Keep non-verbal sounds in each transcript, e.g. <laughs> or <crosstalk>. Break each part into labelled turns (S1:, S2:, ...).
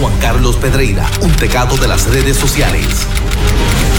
S1: Juan Carlos Pedreira, un pecado de las redes sociales.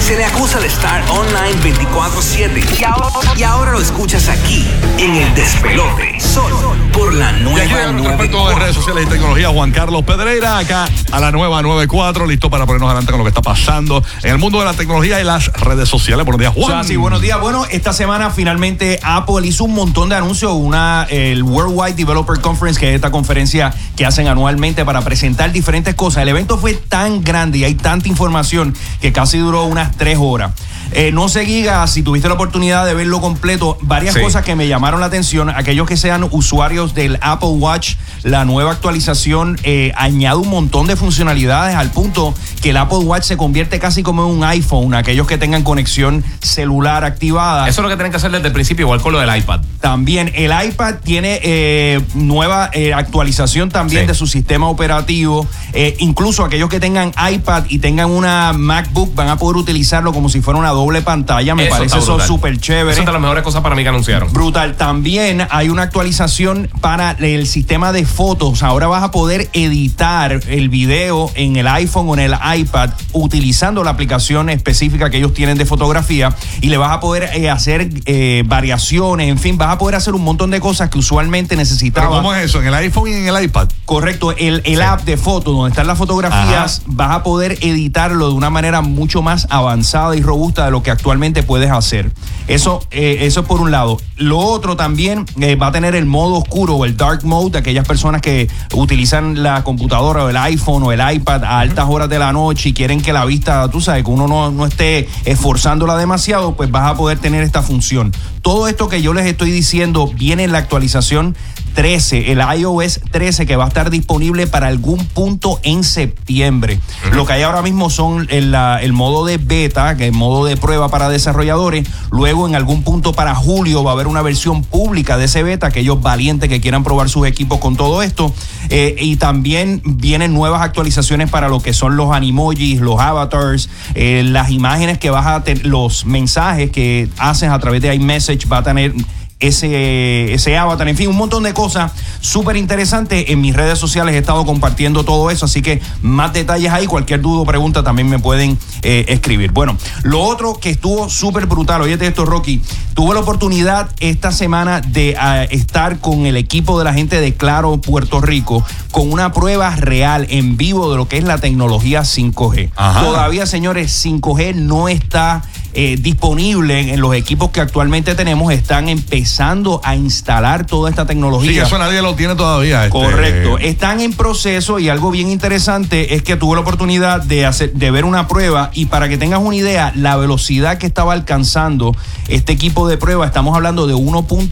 S1: Se le acusa de estar online 24-7 y ahora, y ahora lo escuchas aquí, en el despelote, solo por la
S2: Y aquí
S1: nueva
S2: el experto de
S1: 94.
S2: redes sociales y tecnología, Juan Carlos Pedreira, acá a la nueva 94, listo para ponernos adelante con lo que está pasando en el mundo de la tecnología y las redes sociales. Buenos días,
S3: O
S2: Juan.
S3: sea, sí, buenos días. Bueno, esta semana finalmente Apple hizo un montón de anuncios. Una, el Worldwide Developer Conference, que es esta conferencia que hacen anualmente para presentar diferentes cosas. El evento fue tan grande y hay tanta información que casi duró unas tres horas. Eh, no se diga, si tuviste la oportunidad de verlo completo, varias
S2: Sí.
S3: cosas que me llamaron la atención. Aquellos que sean usuarios del Apple Watch, la nueva actualización eh, añade un montón de funcionalidades al punto que el Apple Watch se convierte casi como en un iPhone. Aquellos que tengan conexión celular activada.
S4: Eso es lo que tienen que hacer desde el principio, igual con lo del iPad.
S3: También el iPad tiene eh, nueva eh, actualización también
S4: Sí.
S3: de su sistema operativo. Eh, incluso aquellos que tengan iPad y tengan una MacBook van a poder utilizarlo como si fuera una doble pantalla. Me
S4: Eso
S3: parece
S4: está
S3: eso
S4: brutal.
S3: súper chévere.
S4: Esa es de las mejores cosas para mí que anunciaron.
S3: Brutal. También hay una actualización para el sistema de fotos. Ahora vas a poder editar el video en el iPhone o en el iPad utilizando la aplicación específica que ellos tienen de fotografía y le vas a poder eh, hacer eh, variaciones. En fin, vas a poder hacer un montón de cosas que usualmente
S2: Pero
S3: necesitabas.
S2: ¿cómo es eso? ¿En el iPhone y en el iPad? Ah,
S3: Correcto, el, el app de fotos donde están las fotografías, vas a poder editarlo de una manera mucho más avanzada y robusta de lo que actualmente puedes hacer. Eso, eh, eso por un lado. Lo otro también eh, va a tener el modo oscuro o el dark mode, de aquellas personas que utilizan la computadora o el iPhone o el iPad a altas horas de la noche y quieren que la vista, tú sabes, que uno no, no esté esforzándola demasiado, pues vas a poder tener esta función. Todo esto que yo les estoy diciendo viene en la actualización 13, el iOS 13 que va a estar disponible para algún punto en septiembre. Lo que hay ahora mismo son el, la- el modo de beta, que es modo de prueba para desarrolladores. Luego en algún punto para julio va a haber una versión pública de ese beta, aquellos valientes que quieran probar sus equipos con todo esto. Eh, y también vienen nuevas actualizaciones para lo que son los animojis, los avatars, eh, las imágenes que vas a tener, los mensajes que haces a través de iMessage va a tener ese, ese avatar, en fin, un montón de cosas súper interesantes. En mis redes sociales he estado compartiendo todo eso, así que más detalles ahí, cualquier duda o pregunta también me pueden eh, escribir. Bueno, lo otro que estuvo súper brutal, óyete esto, Rocky, tuve la oportunidad esta semana de ah, estar con el equipo de la gente de Claro Puerto Rico con una prueba real en vivo de lo que es la tecnología 5G.
S2: Ajá.
S3: Todavía todavía, señores, 5G no está eh, disponible en, en los equipos que actualmente tenemos. Están empezando a instalar toda esta
S2: Sí, que
S3: tecnología. Ah,
S2: eso nadie lo tiene todavía. este,
S3: Correcto. Eh, Están en proceso y algo bien interesante es que tuve la oportunidad de, hacer, de ver una prueba y para que tengas una idea, la velocidad que estaba alcanzando este equipo de prueba, estamos hablando de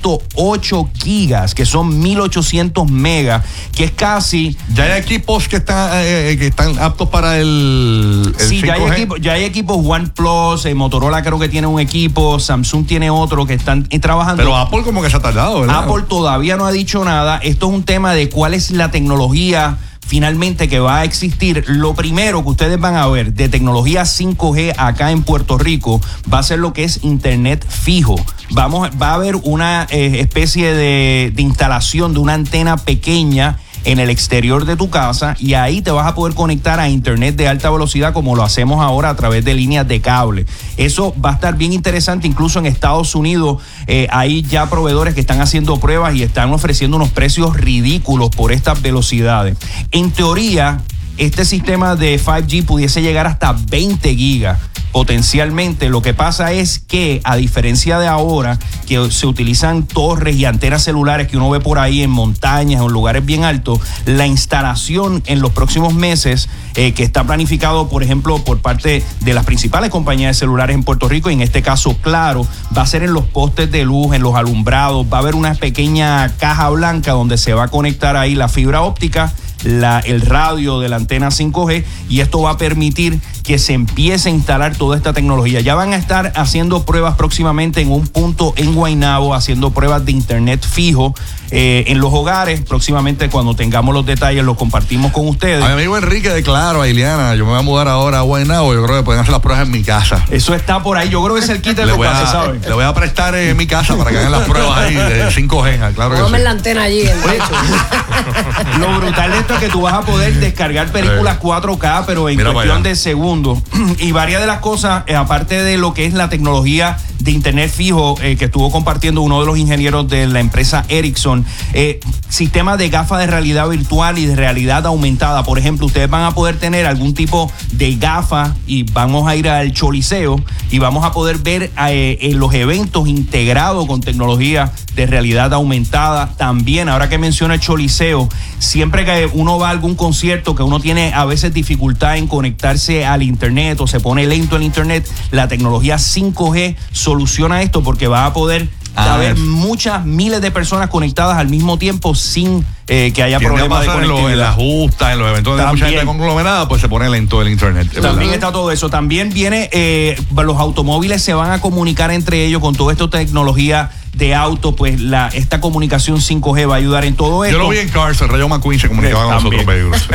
S3: 1.8 gigas, que son 1800 megas, que es casi...
S2: Ya hay equipos que están, eh, que están aptos para el, el Ah,
S3: sí, ya hay,
S2: 5G.
S3: equipo- ya hay equipos OnePlus, eh, Motorola creo que tiene un equipo, Samsung tiene otro que están eh, trabajando.
S2: Pero Apple como que se ha tardado, ¿verdad?
S3: Apple todavía no ha dicho nada. Esto es un tema de cuál es la tecnología finalmente que va a existir. Lo primero que ustedes van a ver de tecnología 5G acá en Puerto Rico va a ser lo que es internet fijo. Vamos, va a haber una eh, especie de, de instalación de una antena pequeña en el exterior de tu casa y ahí te vas a poder conectar a internet de alta velocidad como lo hacemos ahora a través de líneas de cable. Eso va a estar bien interesante, incluso en Estados Unidos eh, hay ya proveedores que están haciendo pruebas y están ofreciendo unos precios ridículos por estas velocidades. En teoría, este sistema de 5G pudiese llegar hasta 20 gigas potencialmente. Lo que pasa es que, a diferencia de ahora, que se utilizan torres y antenas celulares que uno ve por ahí en montañas o en lugares bien altos, la instalación en los próximos meses, eh, que está planificado, por ejemplo, por parte de las principales compañías de celulares en Puerto Rico, y en este caso, claro, va a ser en los postes de luz, en los alumbrados, va a haber una pequeña caja blanca donde se va a conectar ahí la fibra óptica la- el radio de la antena 5G y esto va a permitir que se empiece a instalar toda esta tecnología. Ya van a estar haciendo pruebas próximamente en un punto en Guaynabo, haciendo pruebas de internet fijo eh, en los hogares. Próximamente cuando tengamos los detalles los compartimos con ustedes.
S2: A Ah, mi amigo Enrique de Claro, a Iliana, yo me voy a mudar ahora a Guaynabo, yo creo que pueden hacer las pruebas en mi casa.
S3: Eso está por ahí. Yo creo que es el kit de
S2: Le
S3: lo
S2: voy,
S3: que se
S2: a,
S3: sabe.
S2: le voy a prestar eh, mi casa para que hagan las pruebas ahí de 5G, claro que
S5: Póngame
S2: sí.
S5: la antena allí, el techo.
S3: <laughs> Lo brutal de esto cuenta que tú vas a poder descargar películas
S2: Sí.
S3: 4K, pero en
S2: Eh. Mira para
S3: cuestión
S2: allá.
S3: de segundos. <clears throat> Y varias de las cosas, eh, aparte de lo que es la tecnología de internet fijo eh, que estuvo compartiendo uno de los ingenieros de la empresa Ericsson, eh, sistema de gafas de realidad virtual y de realidad aumentada. Por ejemplo, ustedes van a poder tener algún tipo de gafa y vamos a ir al choliseo y vamos a poder ver eh, en los eventos integrados con tecnología de realidad aumentada. También, ahora que menciona el choliseo, siempre que uno va a algún concierto que uno tiene a veces dificultad en conectarse al internet o se pone lento el internet, la tecnología 5G soluciona esto porque va a poder
S2: Ah,
S3: haber
S2: es.
S3: muchas miles de personas conectadas al mismo tiempo sin eh, que haya
S2: Tiende a
S3: problemas de
S2: pasar en, lo- en las
S3: conectividad.
S2: justas, en los eventos donde mucha
S3: También.
S2: gente conglomerada, pues se pone lento el internet. es
S3: También
S2: verdad.
S3: está todo eso. También viene, eh, los automóviles se van a comunicar entre ellos con toda esta tecnología de auto, pues la, esta comunicación 5G va a ayudar en todo esto. Ah,
S2: Yo lo vi en Cars, el Rayo McQueen se comunicaba con nosotros
S4: También.
S2: vehículos.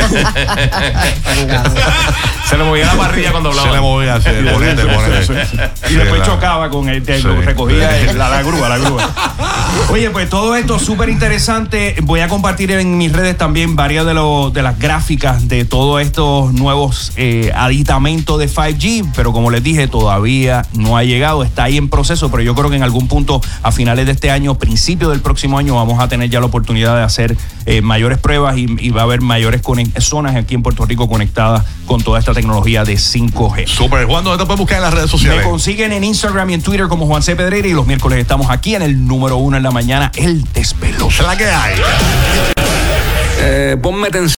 S4: Se le movía la parrilla cuando hablaba.
S2: Se le movía así, el bonete, el bonete.
S3: Y
S2: Sí,
S3: después
S2: la-
S3: chocaba con el,
S2: Sí.
S3: lo recogía el- la, la grúa, la grúa. Oye, pues todo esto es súper interesante. Voy a compartir en mis redes también varias de, los- de las gráficas de todos estos nuevos eh, aditamentos de 5G, pero como les dije, todavía no ha llegado, está ahí en proceso, pero yo creo que en algún punto, a finales de este año, principio del próximo año, vamos a tener ya la oportunidad de hacer eh, mayores pruebas y, y va a haber mayores conec- zonas aquí en Puerto Rico conectadas con toda esta tecnología de 5G.
S2: Super, Juan, ¿dónde te puedes buscar en las redes sociales?
S3: Me consiguen en Instagram y en Twitter como Juan C. Pedreira y los miércoles estamos aquí en el número uno en la mañana, El Despelo.
S2: Es la que hay.
S1: Eh, ponme atención.